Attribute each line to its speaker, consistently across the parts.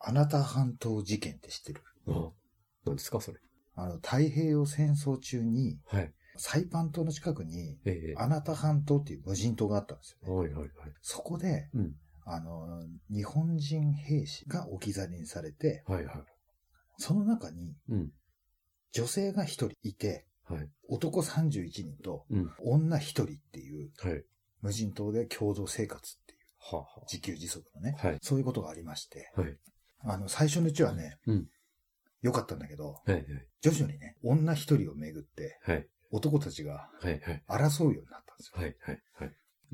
Speaker 1: あなた半島事件って知ってる
Speaker 2: あ何ですか、それ。
Speaker 1: あの、太平洋戦争中に、
Speaker 2: はい。
Speaker 1: サイパン島の近くに、
Speaker 2: ええ。
Speaker 1: あなた半島っていう無人島があったんですよね。
Speaker 2: はいはいはい。
Speaker 1: そこで、
Speaker 2: うん。
Speaker 1: あの、日本人兵士が置き去りにされて、
Speaker 2: はいは
Speaker 1: その中に
Speaker 2: い。うん。
Speaker 1: 女性が1人いて、
Speaker 2: はい。
Speaker 1: 男31人と
Speaker 2: うん。
Speaker 1: 女1人っていう
Speaker 2: はい。は
Speaker 1: 無人島で共同生活っていう
Speaker 2: あは
Speaker 1: 自給自足のね、
Speaker 2: あ。はい。
Speaker 1: そういうことがありまして、
Speaker 2: はい。
Speaker 1: あの、最初のうちはね、
Speaker 2: うん
Speaker 1: 良かったんだけど、
Speaker 2: はいはい。
Speaker 1: 徐々にね、女一人をめぐって、
Speaker 2: はい。
Speaker 1: 男たちが
Speaker 2: はいはい。
Speaker 1: 争うようになったんですよ。
Speaker 2: はいはいは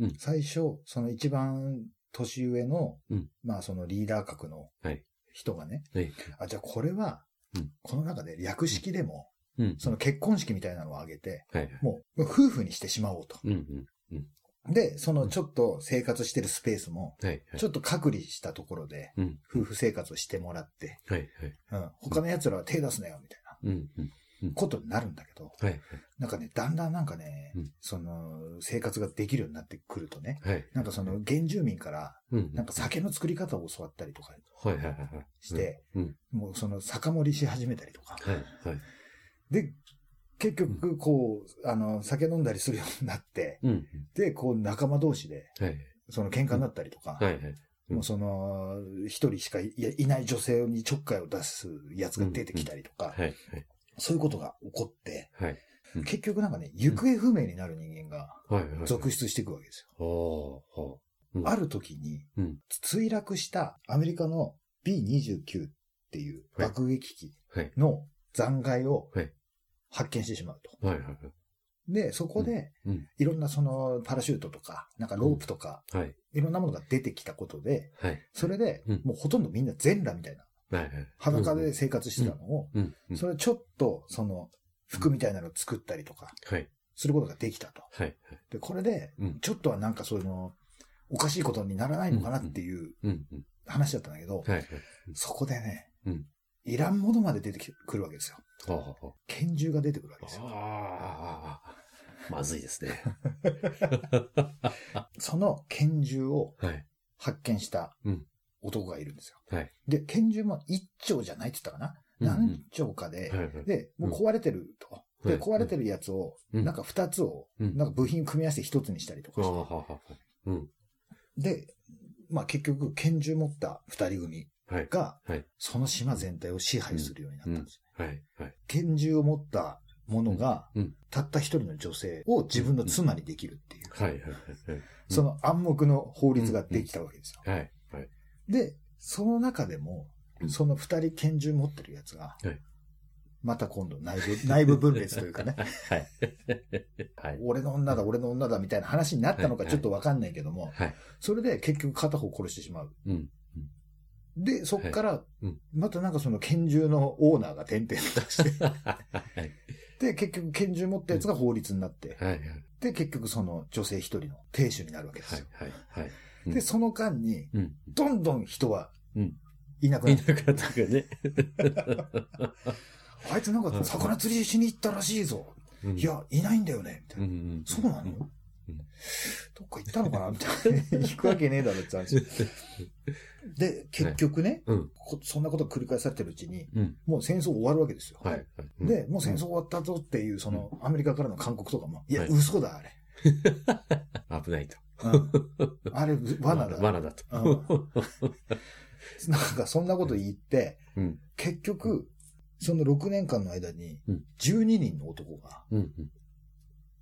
Speaker 2: い。
Speaker 1: 最初、その一番年上の、
Speaker 2: うん
Speaker 1: まあそのリーダー格の
Speaker 2: はい
Speaker 1: 人がね、
Speaker 2: はい。
Speaker 1: あ、じゃあこれは、
Speaker 2: うん
Speaker 1: この中で略式でも、
Speaker 2: うん。
Speaker 1: その結婚式みたいなのを挙げて、
Speaker 2: はいはい。
Speaker 1: もう夫婦にしてしまおうと。
Speaker 2: うんうん。
Speaker 1: で、そのちょっと生活してるスペースも、
Speaker 2: はいはい。
Speaker 1: ちょっと隔離したところで、
Speaker 2: うん。
Speaker 1: 夫婦生活をしてもらって、
Speaker 2: はいはい。
Speaker 1: うん、他の奴らは手出すなよ、みたいな
Speaker 2: うんうん。
Speaker 1: ことになるんだけど、
Speaker 2: はい
Speaker 1: なんかね、だんだんなんかね、
Speaker 2: うん
Speaker 1: その、生活ができるようになってくるとね、
Speaker 2: はい。はい。
Speaker 1: なんかその、原住民から、
Speaker 2: うん。
Speaker 1: なんか酒の作り方を教わったりとか、
Speaker 2: はいはいはいはい。
Speaker 1: して、
Speaker 2: うん。
Speaker 1: もうその、酒盛りし始めたりとか。
Speaker 2: はいはい。
Speaker 1: で、結局、こう、あの、酒飲んだりするようになって、
Speaker 2: うん。
Speaker 1: で、こう、仲間同士で、
Speaker 2: はい
Speaker 1: その、喧嘩になったりとか、
Speaker 2: はいはい。うん
Speaker 1: もうその、一人しかいいやいない女性にちょっかいを出すやつが出てきたりとか、
Speaker 2: はいはい。
Speaker 1: そういうことが起こって、
Speaker 2: はい。うん
Speaker 1: 結局なんかね、行方不明になる人間が
Speaker 2: はいはい。
Speaker 1: 続出していくわけですよ。
Speaker 2: ああ、は
Speaker 1: ある時に、
Speaker 2: うん
Speaker 1: 墜落したアメリカの B29 っていう
Speaker 2: はい
Speaker 1: 爆撃機
Speaker 2: あ。はい。
Speaker 1: の残骸を
Speaker 2: はい
Speaker 1: 発見してしまうと。
Speaker 2: はいはい
Speaker 1: で、そこで
Speaker 2: うん、
Speaker 1: いろんなそのパラシュートとか、なんかロープとか、
Speaker 2: はい。はい。
Speaker 1: いろんなものが出てきたことで、
Speaker 2: はい。
Speaker 1: それで
Speaker 2: うん
Speaker 1: もうほとんどみんな全裸みたいな
Speaker 2: はいはい。
Speaker 1: 裸で。生活してたのを、
Speaker 2: うん。
Speaker 1: それちょっとその服みたいなのを作ったりとか
Speaker 2: はい。
Speaker 1: することができたと。
Speaker 2: はい。
Speaker 1: で、これで
Speaker 2: うん、
Speaker 1: ちょっとはなんかその、おかしいことにならないのかなっていう
Speaker 2: うん。うん。
Speaker 1: 話だったんだけど、
Speaker 2: はい。
Speaker 1: そこでね、
Speaker 2: うん
Speaker 1: いらんものまで出てくるわけですよ。
Speaker 2: はあはあ。
Speaker 1: 拳銃が出てくるわけですよ。
Speaker 2: ああ、まずいですね。
Speaker 1: その拳銃を
Speaker 2: はい。
Speaker 1: 発見した
Speaker 2: うん
Speaker 1: 男がいるんですよ。
Speaker 2: はい。
Speaker 1: で、拳銃も一丁じゃないって言ったかな、何丁かで、
Speaker 2: はいはい。
Speaker 1: で、もう壊れてると。
Speaker 2: うん
Speaker 1: で、壊れてるやつを、
Speaker 2: うん
Speaker 1: なんか二つを、
Speaker 2: うん
Speaker 1: なんか部品組み合わせて一つにしたりとか
Speaker 2: あ
Speaker 1: し
Speaker 2: あ、
Speaker 1: て。
Speaker 2: はあはあ。うん。
Speaker 1: で、まあ結局、拳銃持った二人組
Speaker 2: はい。
Speaker 1: が
Speaker 2: はい、
Speaker 1: その島全体を支配するようになったんですよ。
Speaker 2: はい。はい。
Speaker 1: 拳銃を持った者が
Speaker 2: うんうん、
Speaker 1: たった一人の女性を自分の妻にできるっていう、
Speaker 2: はい。はい。うん
Speaker 1: その暗黙の法律ができたわけですよ。
Speaker 2: はい。はい。
Speaker 1: で、その中でも
Speaker 2: う、ん
Speaker 1: その二人拳銃持ってるやつが
Speaker 2: はい、
Speaker 1: また今度内部、 内部分裂というかね、
Speaker 2: はい。はい。
Speaker 1: 俺の女だ、俺の女だみたいな話になったのか
Speaker 2: はい
Speaker 1: ちょっとわかんないけども、
Speaker 2: はい。
Speaker 1: それで結局片方殺してしまう。
Speaker 2: うん。
Speaker 1: で、そっから
Speaker 2: うん、
Speaker 1: またなんかその拳銃のオーナーが転々として、
Speaker 2: はい。
Speaker 1: で、結局拳銃持ったやつが法律になって、
Speaker 2: はい。
Speaker 1: で、結局その女性一人の亭主になるわけですよ。
Speaker 2: はい。はい。うん
Speaker 1: で、その間に、
Speaker 2: うん。
Speaker 1: どんどん人は
Speaker 2: うん
Speaker 1: いなく
Speaker 2: い
Speaker 1: な
Speaker 2: な
Speaker 1: って、
Speaker 2: かったかね。
Speaker 1: あいつなん か魚釣りしに行ったらしいぞ。い、や、いないんだよね。みた
Speaker 2: う
Speaker 1: いな。
Speaker 2: ん。
Speaker 1: そうなの
Speaker 2: うん
Speaker 1: どっか行ったのかなみたいな。 行くわけねえだろって話。で、結局ね、
Speaker 2: うん。
Speaker 1: こそんなことが繰り返されてるうちに、
Speaker 2: うん。
Speaker 1: もう戦争終わるわけですよ。
Speaker 2: はい。
Speaker 1: で、もう戦争終わったぞっていう、その、アメリカからの勧告とかも、いや、
Speaker 2: はい
Speaker 1: 嘘だ、あれ。
Speaker 2: 危ないと。
Speaker 1: うん、あれ、罠だ。
Speaker 2: 罠だ
Speaker 1: う
Speaker 2: と。
Speaker 1: んなんか、そんなこと言って、
Speaker 2: うん。
Speaker 1: 結局、その6年間の間に
Speaker 2: うん、
Speaker 1: 12人の男が
Speaker 2: うん。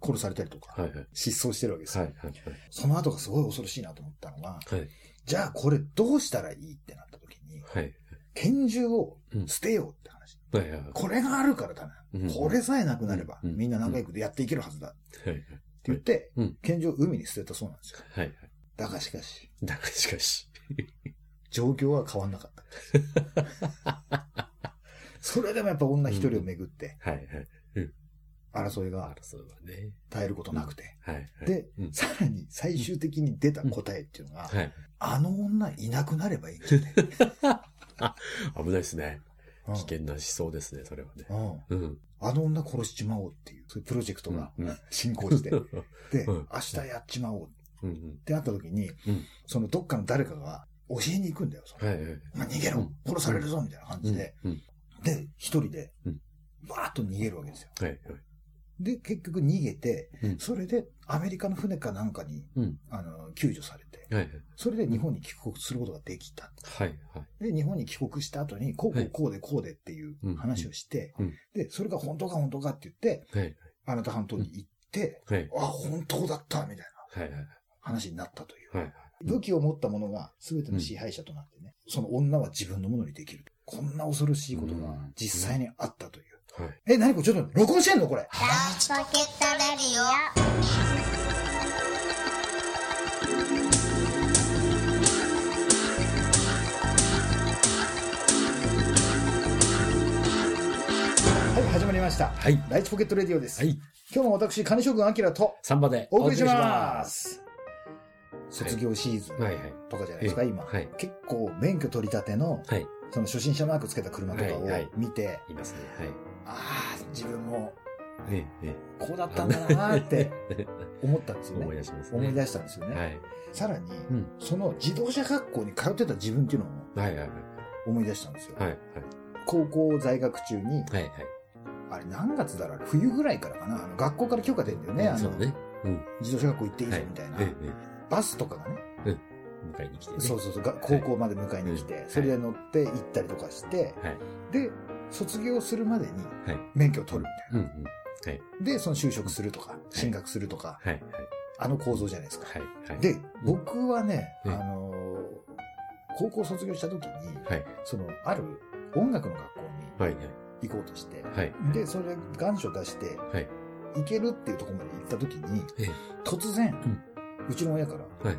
Speaker 1: 殺されたりとか、
Speaker 2: はい。はい。
Speaker 1: 失踪してるわけですよ。
Speaker 2: はい。はい。
Speaker 1: その後がすごい恐ろしいなと思ったのが、
Speaker 2: はい。
Speaker 1: じゃあこれどうしたらいいってなった時に、
Speaker 2: はい。
Speaker 1: 拳銃を捨てようって話。
Speaker 2: はい。はい。
Speaker 1: これがあるからだ
Speaker 2: うん
Speaker 1: な。これさえなくなれば、
Speaker 2: うん
Speaker 1: みんな仲良くやっていけるはずだって
Speaker 2: はい。
Speaker 1: 言って
Speaker 2: うん、
Speaker 1: 拳銃を海に捨てたそうなんですよ。
Speaker 2: はい。
Speaker 1: だがしかし、
Speaker 2: だがしかし。
Speaker 1: 状況は変わんなかった。 それでもやっぱ女一人をめぐって、
Speaker 2: はいはい。
Speaker 1: 争いが
Speaker 2: 争うはね。
Speaker 1: 絶えることなくて。
Speaker 2: はいはい。
Speaker 1: で
Speaker 2: う、ん
Speaker 1: さらに最終的に出た答えっていうのが、
Speaker 2: はい。
Speaker 1: あの女いなくなればいいんじゃない
Speaker 2: 危ないですね。
Speaker 1: うん
Speaker 2: 危険な思想ですね、それはね。
Speaker 1: うん
Speaker 2: うん。
Speaker 1: あの女殺しちまおうっていう、そういうプロジェクトが
Speaker 2: うん。
Speaker 1: 進行 して、で、
Speaker 2: うん
Speaker 1: 明日やっちまおうっ
Speaker 2: うん。
Speaker 1: てなった時に、
Speaker 2: うん
Speaker 1: そのどっかの誰かが、教えに行くんだよ、それ。
Speaker 2: はいはい。
Speaker 1: お前逃げろ殺されるぞみたいな感じで。
Speaker 2: うん。
Speaker 1: で、一人で
Speaker 2: うん、
Speaker 1: バーッと逃げるわけですよ。
Speaker 2: はいはい。
Speaker 1: で、結局逃げて
Speaker 2: う、ん
Speaker 1: それでアメリカの船かなんかに
Speaker 2: うん、
Speaker 1: あの、救助されて、
Speaker 2: はいはい。
Speaker 1: それで日本に帰国することができた。
Speaker 2: はいはい。
Speaker 1: で、日本に帰国した後に、こうこ
Speaker 2: は
Speaker 1: う
Speaker 2: い
Speaker 1: こうでこうでっていう
Speaker 2: うん
Speaker 1: 話をして
Speaker 2: うん、
Speaker 1: で、それが本当か本当かって言って、
Speaker 2: はいはい。
Speaker 1: あなた半島に行って、
Speaker 2: はい
Speaker 1: あ、本当だったみたいな
Speaker 2: はいはい。
Speaker 1: 話になったという。
Speaker 2: はいはい。
Speaker 1: 武器を持った者が全ての支配者となってね、その女は自分のものにできる。こんな恐ろしいことが実際にあったという。
Speaker 2: はい。
Speaker 1: え、何これちょっと待って録音してんのこれ。
Speaker 3: ラーチポケットレディオ
Speaker 1: はい、始まりました。
Speaker 2: はい。
Speaker 1: ライチポケットレディオです。
Speaker 2: はい。
Speaker 1: 今日も私、金将軍明と
Speaker 2: サンバで
Speaker 1: お送りします。卒業シーズン
Speaker 2: はいはい。
Speaker 1: とかじゃないですか、
Speaker 2: ええ
Speaker 1: 今、
Speaker 2: はい
Speaker 1: 結構免許取り立ての、
Speaker 2: はい。
Speaker 1: その初心者マークつけた車とかを
Speaker 2: はいはい
Speaker 1: 見て、
Speaker 2: いますね。
Speaker 1: ああ、自分も
Speaker 2: はい。ねえ、ね
Speaker 1: こうだったんだなーって。思ったんですよね。
Speaker 2: 思い出しますね。
Speaker 1: 思い出したんですよね。
Speaker 2: はい。
Speaker 1: さらに、
Speaker 2: ん
Speaker 1: その自動車学校に通ってた自分っていうのを
Speaker 2: はいはい
Speaker 1: 思い出したんですよ。
Speaker 2: はい。はい
Speaker 1: 高校在学中に、
Speaker 2: はい。はい
Speaker 1: あれ何月だろうあれ冬ぐらいからかなあの学校から許可出るんだよね。
Speaker 2: は
Speaker 1: あ
Speaker 2: い。そ
Speaker 1: の
Speaker 2: うね。うん。
Speaker 1: 自動車学校行っていいぞ
Speaker 2: はい
Speaker 1: みたいな。
Speaker 2: えええ
Speaker 1: バスとかがね、
Speaker 2: え迎えに来てね。
Speaker 1: そうそうそう、が高校まで迎えに来て、
Speaker 2: い
Speaker 1: それで乗って行ったりとかして、
Speaker 2: はい
Speaker 1: で、卒業するまでに
Speaker 2: はい
Speaker 1: 免許を取るみたい
Speaker 2: うんうん。
Speaker 1: な。で、その就職するとか、進学するとか、
Speaker 2: はいはい。
Speaker 1: あの構造じゃないですか。
Speaker 2: はいはい。、
Speaker 1: で、僕はね、
Speaker 2: うん
Speaker 1: あのー高校卒業した時に、
Speaker 2: はい
Speaker 1: その、ある音楽の学校
Speaker 2: はい
Speaker 1: に行こうとして、
Speaker 2: はい。
Speaker 1: で、それで願書出して、
Speaker 2: はい
Speaker 1: 行けるっていうところまで行った時に、
Speaker 2: ええ
Speaker 1: 突然、うちの親から、
Speaker 2: はい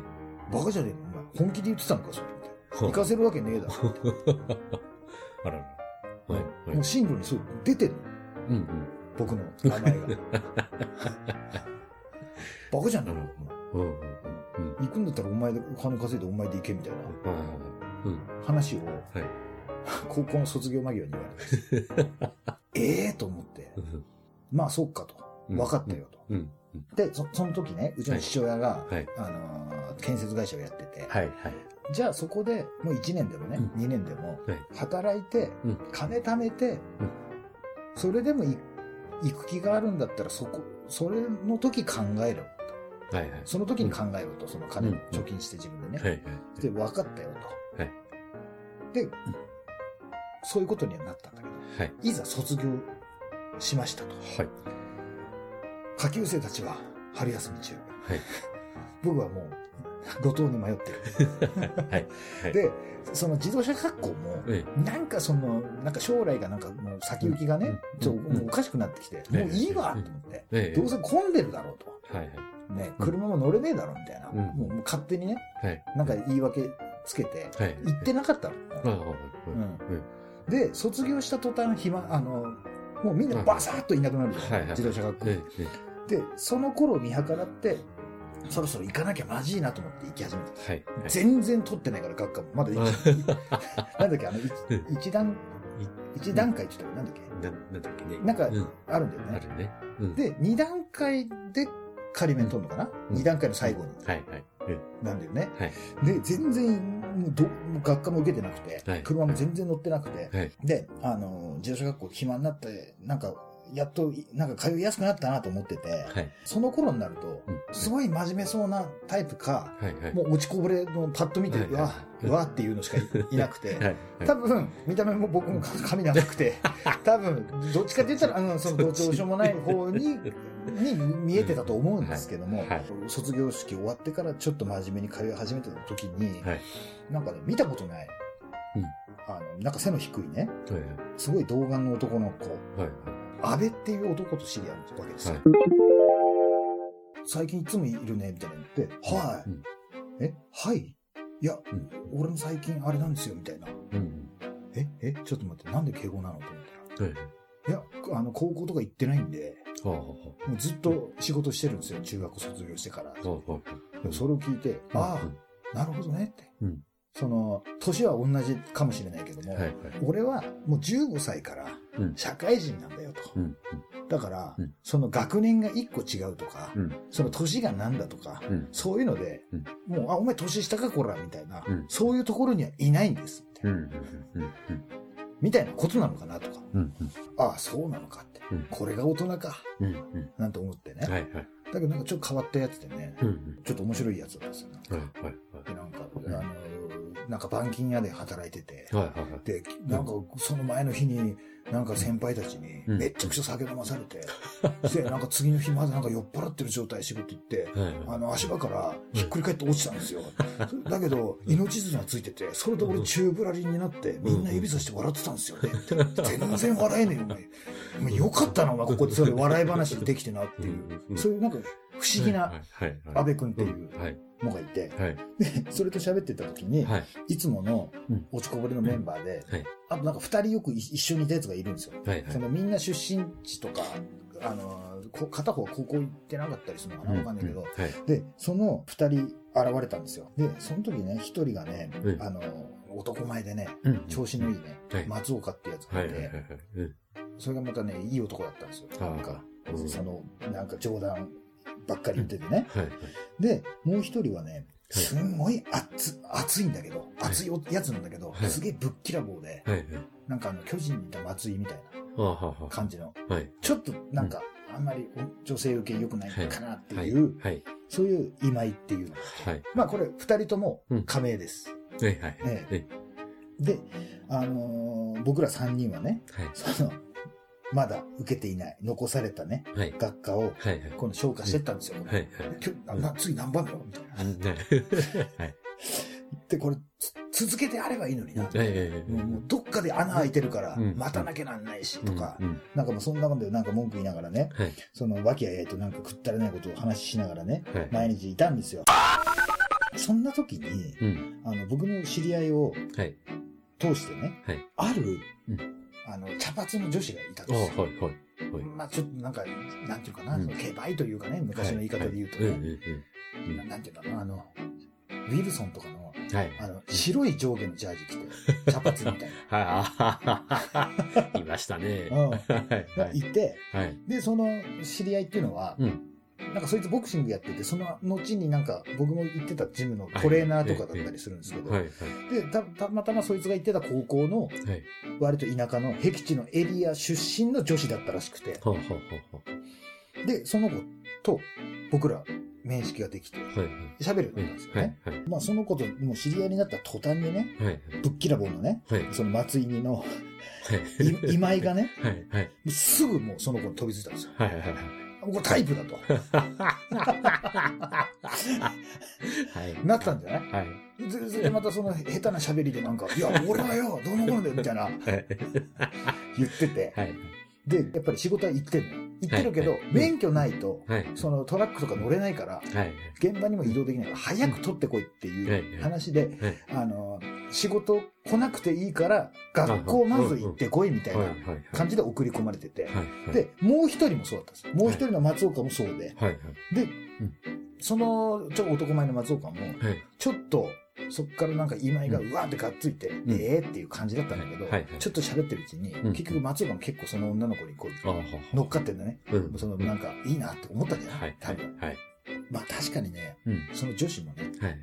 Speaker 1: バカじゃねえのお前、本気で言ってたのか、それ。みたいな行か
Speaker 2: せ
Speaker 1: せるわけね えだろ。
Speaker 2: あらら。はいはい
Speaker 1: もう。進路にそう出てるの
Speaker 2: うんうん。
Speaker 1: 僕の名前が。 バカじゃん
Speaker 2: な
Speaker 1: だ
Speaker 2: る
Speaker 1: ろ。
Speaker 2: ほど。うんうんう
Speaker 1: 行
Speaker 2: ん。
Speaker 1: くんだったらお前でお金稼いでお前で行けみたい
Speaker 2: はいはいうん。
Speaker 1: な話を
Speaker 2: はい。
Speaker 1: 高校の卒業間際に言われて。 ええと思って。まあそっかと。分かった。よと。
Speaker 2: うん。
Speaker 1: でそ、その時ね、うちの父親が、
Speaker 2: はい。
Speaker 1: あのー建設会社をやってて、
Speaker 2: はいはい。
Speaker 1: じゃあそこでもう1年でもね、
Speaker 2: うん
Speaker 1: 2年でも
Speaker 2: はい、
Speaker 1: 働いて、
Speaker 2: うん
Speaker 1: 金貯めて、
Speaker 2: うん
Speaker 1: それでもい行く気があるんだったら、そこ、それの時考えろ。
Speaker 2: はいはい。
Speaker 1: その時に考えろと、その金を
Speaker 2: うん
Speaker 1: 貯金して自分でね。
Speaker 2: はいはい。
Speaker 1: で、分かったよと。
Speaker 2: はい
Speaker 1: で、そういうことにはなったんだけど、
Speaker 2: はい。
Speaker 1: いざ卒業しましたと。
Speaker 2: はい。
Speaker 1: 下級生たちは春休み中。
Speaker 2: はい
Speaker 1: 僕はもう、路頭に迷ってる。
Speaker 2: はい。はい。、
Speaker 1: で、その自動車学校も、
Speaker 2: え
Speaker 1: なんかその、なんか将来がなんかもう先行きがね、
Speaker 2: うん
Speaker 1: ちょっ
Speaker 2: う
Speaker 1: と
Speaker 2: ん
Speaker 1: もうおかしくなってきて、
Speaker 2: うん
Speaker 1: もういいわと思って、
Speaker 2: え
Speaker 1: どうせ混んでるだろうと。
Speaker 2: はいはい。
Speaker 1: ね、
Speaker 2: うん
Speaker 1: 車も乗れねえだろうみたいな。
Speaker 2: うん
Speaker 1: もうもう勝手にね、
Speaker 2: はい。
Speaker 1: なんか、言い訳つけて、
Speaker 2: はい。
Speaker 1: 行ってなかったの。
Speaker 2: ああ、は
Speaker 1: う
Speaker 2: い。
Speaker 1: んで、卒業した途端、暇、あの、もうみんなバサッといなくなるじゃん
Speaker 2: はいはい。
Speaker 1: 自動車学校。
Speaker 2: ええ
Speaker 1: で、その頃を見計らって、そろそろ行かなきゃまじいなと思って行き始めた。
Speaker 2: はい。
Speaker 1: 全然取 ってないから、学科も。まだ一、なんだっけ、あの、一
Speaker 2: う
Speaker 1: 一段、一段階って言ったらなんだっけ
Speaker 2: な、なんだっけね。
Speaker 1: なんか
Speaker 2: うん、
Speaker 1: あるんだよ
Speaker 2: あ
Speaker 1: ね。
Speaker 2: るね。うん。
Speaker 1: で、二段階で仮面取るのかな、
Speaker 2: うん
Speaker 1: 二段階の最後に
Speaker 2: はいはい。うん
Speaker 1: なんだよね。
Speaker 2: はい
Speaker 1: で、全然、もうど、もう学科も受けてなくて、
Speaker 2: はい
Speaker 1: 車も全然乗ってなくて、
Speaker 2: はい
Speaker 1: で、あの、自動車学校暇になって、なんか、やっと、なんか通いやすくなったなと思ってて、
Speaker 2: はい。
Speaker 1: その頃になると、
Speaker 2: うん
Speaker 1: すごい真面目そうなタイプか、
Speaker 2: はいはい。
Speaker 1: もう落ちこぼれのパッと見て、
Speaker 2: はいう
Speaker 1: わ、うわっていうのしかいいなくて、
Speaker 2: はい。
Speaker 1: 多分、見た目も僕も髪長く て、多分、どっちかって言ったら、あの、その、どうどうしようもない方に、に見えてたと思うんですけども、
Speaker 2: はいはい
Speaker 1: 卒業式終わってからちょっと真面目に通い始めてた時に、
Speaker 2: はい
Speaker 1: なんかね、見たことない、
Speaker 2: うん
Speaker 1: あの、なんか背の低いね、
Speaker 2: はい
Speaker 1: すごい童顔の男の子、
Speaker 2: はい。
Speaker 1: 阿部っていう男と知り合うわけですよ。
Speaker 2: はい
Speaker 1: 最近いつもいるね、みたいなの言って、は
Speaker 2: うん
Speaker 1: い、え、はいいや、
Speaker 2: うん
Speaker 1: 俺も最近あれなんですよ、みたいな。
Speaker 2: うん。
Speaker 1: え、え、ちょっと待って、なんで敬語なのと思ったら。
Speaker 2: はい。
Speaker 1: いや、あの、高校とか行ってないんで、
Speaker 2: はあは
Speaker 1: もうずっと仕事してるんですよ、中学卒業してから。
Speaker 2: あはあ。
Speaker 1: でもそれを聞いて、ああ、なるほどねって。
Speaker 2: うん
Speaker 1: その、年は同じかもしれないけども、
Speaker 2: はいはい。
Speaker 1: 俺はもう15歳から
Speaker 2: うん
Speaker 1: 社会人なんだよと。
Speaker 2: うん。
Speaker 1: だから、
Speaker 2: うん
Speaker 1: その学年が1個違うとか、
Speaker 2: うん
Speaker 1: その年が何だとか、
Speaker 2: うん。
Speaker 1: そういうので、
Speaker 2: うん
Speaker 1: もう、あ、お前年下か、こら、みたいな、
Speaker 2: うん
Speaker 1: そういうところにはいないんですみたい
Speaker 2: うん。う
Speaker 1: な、
Speaker 2: ん。うん。
Speaker 1: みたいなことなのかなとか、
Speaker 2: うん。
Speaker 1: ああ、そうなのかって、
Speaker 2: うん
Speaker 1: これが大人か、
Speaker 2: うん。うん。
Speaker 1: なんて思ってね。
Speaker 2: はいはい。
Speaker 1: だけどなんかちょっと変わったやつでね、
Speaker 2: うん。
Speaker 1: ちょっと面白いやつだったんですよ。
Speaker 2: はいはいはい。
Speaker 1: で、なんか、
Speaker 2: うん
Speaker 1: あのー、なんか板金屋で働いてて、
Speaker 2: はいはいはい。
Speaker 1: で、なんかその前の日に、なんか先輩たちに
Speaker 2: うん
Speaker 1: めっちゃくちゃ酒飲まされて、で、なんか次の日まだなんか酔っ払ってる状態仕事行って、
Speaker 2: はい
Speaker 1: あ
Speaker 2: は
Speaker 1: の足場からひっくり返って落ちたんですよ。だけど、命綱がついてて、それで俺宙ぶらりんになって、みんな指さして笑ってたんですよね。全然笑えねえよ、お前。お前よかったな、お前、ここでそれ笑い話できてなっていう、
Speaker 2: い。
Speaker 1: そういうなんか不思議な
Speaker 2: はいはい。
Speaker 1: 安倍くんってい
Speaker 2: うん。は
Speaker 1: う
Speaker 2: い
Speaker 1: のがいて、
Speaker 2: はい
Speaker 1: で、それと喋ってた時に、
Speaker 2: はい
Speaker 1: いつもの
Speaker 2: うん
Speaker 1: 落ちこぼれのメンバーで、
Speaker 2: はい
Speaker 1: あとなんか二人よく一緒にいたやつがいるんですよ。
Speaker 2: はいはい
Speaker 1: そ。のみんな出身地とか、あのこ片方は高校行ってなかったりするのかなわかんないけど、
Speaker 2: はい。
Speaker 1: で、その二人現れたんですよ。で、その時ね、一人がね、
Speaker 2: うん
Speaker 1: あの男前でね、
Speaker 2: うん。
Speaker 1: 調子のいいね、
Speaker 2: はい
Speaker 1: 松岡ってやつ
Speaker 2: は
Speaker 1: が
Speaker 2: い
Speaker 1: いて、
Speaker 2: はいはいはい。うん。
Speaker 1: それがまたね、いい男だったんですよ。
Speaker 2: ああ
Speaker 1: なんか、
Speaker 2: うん
Speaker 1: その、なんか冗談ばっかり言っててね。
Speaker 2: はいはい。
Speaker 1: で、もう一人はね、すんごい熱、熱いんだけど、熱いやつなんだけど、
Speaker 2: はい
Speaker 1: すげえぶっきらぼうで、
Speaker 2: はいはい。
Speaker 1: なんかあの、巨人にいた松井みたい
Speaker 2: あはは
Speaker 1: な感じの、
Speaker 2: はい。
Speaker 1: ちょっとなんか、あんまり女性受け良くないかなって
Speaker 2: はいい。
Speaker 1: う、
Speaker 2: はい。
Speaker 1: そういう今井っていう。
Speaker 2: はい。
Speaker 1: まあこれ、二人とも
Speaker 2: うん
Speaker 1: 加盟です。
Speaker 2: はいはい。
Speaker 1: え
Speaker 2: え
Speaker 1: で、あのー僕ら三人はね、
Speaker 2: はい。
Speaker 1: その、まだ受けていない、残されたね、
Speaker 2: はい。
Speaker 1: 学科を、
Speaker 2: はいはい。
Speaker 1: この消化してったんですよ。
Speaker 2: はいはい。
Speaker 1: 今日なな次何番だよみたいな。
Speaker 2: ね。はい。
Speaker 1: で、これ、つ続けてあればいいのにな。
Speaker 2: はいはいはい。
Speaker 1: もうもうどっかで穴開いてるから
Speaker 2: うん、
Speaker 1: 待たなきゃなんないし、とか
Speaker 2: う、ん。
Speaker 1: なんかもうそんなことでなんか文句言いながらね、
Speaker 2: はい。
Speaker 1: その、和気あいあいとなんかくったらないことを話ししながらね、
Speaker 2: はい。
Speaker 1: 毎日いたんですよ。そんな時に、
Speaker 2: うん。
Speaker 1: あの、僕の知り合いを
Speaker 2: はい。
Speaker 1: 通してね、
Speaker 2: はい
Speaker 1: ある、
Speaker 2: うん
Speaker 1: あの、茶髪の女子がいたん
Speaker 2: あは
Speaker 1: で
Speaker 2: い
Speaker 1: すよ。
Speaker 2: はい。はい
Speaker 1: まあちょっとなんか、なんていうかな、
Speaker 2: うん
Speaker 1: そのケバイというかね、昔の言い方で言うとね、
Speaker 2: うんうんうん。
Speaker 1: ななんていうのかな、あの、ウィルソンとかの、
Speaker 2: はい。
Speaker 1: あの、白い上下のジャージ着て、茶髪みたい
Speaker 2: はい、あははは。いましたね。
Speaker 1: な、うん、
Speaker 2: はい。は
Speaker 1: がい
Speaker 2: い。
Speaker 1: て、
Speaker 2: はい。
Speaker 1: で、その知り合いっていうのは、
Speaker 2: うん。
Speaker 1: なんかそいつボクシングやってて、その後になんか僕も行ってたジムのトレーナーとかだったりするんですけど、
Speaker 2: はい。はい。
Speaker 1: でた、たまたまそいつが行ってた高校の、
Speaker 2: はい。
Speaker 1: 割と田舎の僻地のエリア出身の女子だったらしくて、
Speaker 2: はははは。
Speaker 1: で、その子と僕ら面識ができて、
Speaker 2: はい。
Speaker 1: 喋るようになったんですよ
Speaker 2: はい。は
Speaker 1: ね
Speaker 2: い。。はい。
Speaker 1: まあ、その子ともう知り合いになった途端にね、
Speaker 2: はい。
Speaker 1: ぶっきらぼうのね、
Speaker 2: はい。
Speaker 1: その松井にの
Speaker 2: はい。
Speaker 1: い 今井がね、
Speaker 2: はい。はい。
Speaker 1: すぐもうその子に飛びついたんですよ。
Speaker 2: はい。はい。
Speaker 1: これタイプだと。
Speaker 2: はい。
Speaker 1: なったんじゃない
Speaker 2: はい。
Speaker 1: ずずまたその下手な喋りでなんか、いや、俺はよ、どうのこうのだよ、みたいな
Speaker 2: はい。
Speaker 1: 言ってて。
Speaker 2: はい。
Speaker 1: で、やっぱり仕事は行ってんのよ。行ってるけど、
Speaker 2: はいはい
Speaker 1: 免許ないと、
Speaker 2: はい。
Speaker 1: そのトラックとか乗れないから、
Speaker 2: はい。
Speaker 1: 現場にも移動できないから早く取ってこいっていう話で、あの、仕事来なくていいから学校まず行ってこいみたい
Speaker 2: はい。
Speaker 1: な
Speaker 2: はい。
Speaker 1: 感じで送り込まれてて、
Speaker 2: はい。、
Speaker 1: で、もう一人もそうだったんですよ。もう一人の松岡もそうで、
Speaker 2: はい。
Speaker 1: で
Speaker 2: ん、
Speaker 1: そのちょっと男前の松岡も、
Speaker 2: はい。
Speaker 1: ちょっとそっからなんか今井が
Speaker 2: うん
Speaker 1: うわーってがっついて、
Speaker 2: ん
Speaker 1: ええっていう感じだったんだけど
Speaker 2: はいはい、
Speaker 1: ちょっと喋ってるうちに、
Speaker 2: うん
Speaker 1: 結局松岡も結構その女の子にこ
Speaker 2: あは
Speaker 1: う、
Speaker 2: は。
Speaker 1: 乗っかってんだね。
Speaker 2: うん。
Speaker 1: そのなんかいいなって思ったんじゃ
Speaker 2: は
Speaker 1: ない
Speaker 2: い。
Speaker 1: 多分。
Speaker 2: はい。
Speaker 1: まあ確かにね、
Speaker 2: うん。
Speaker 1: その女子もね、
Speaker 2: はい。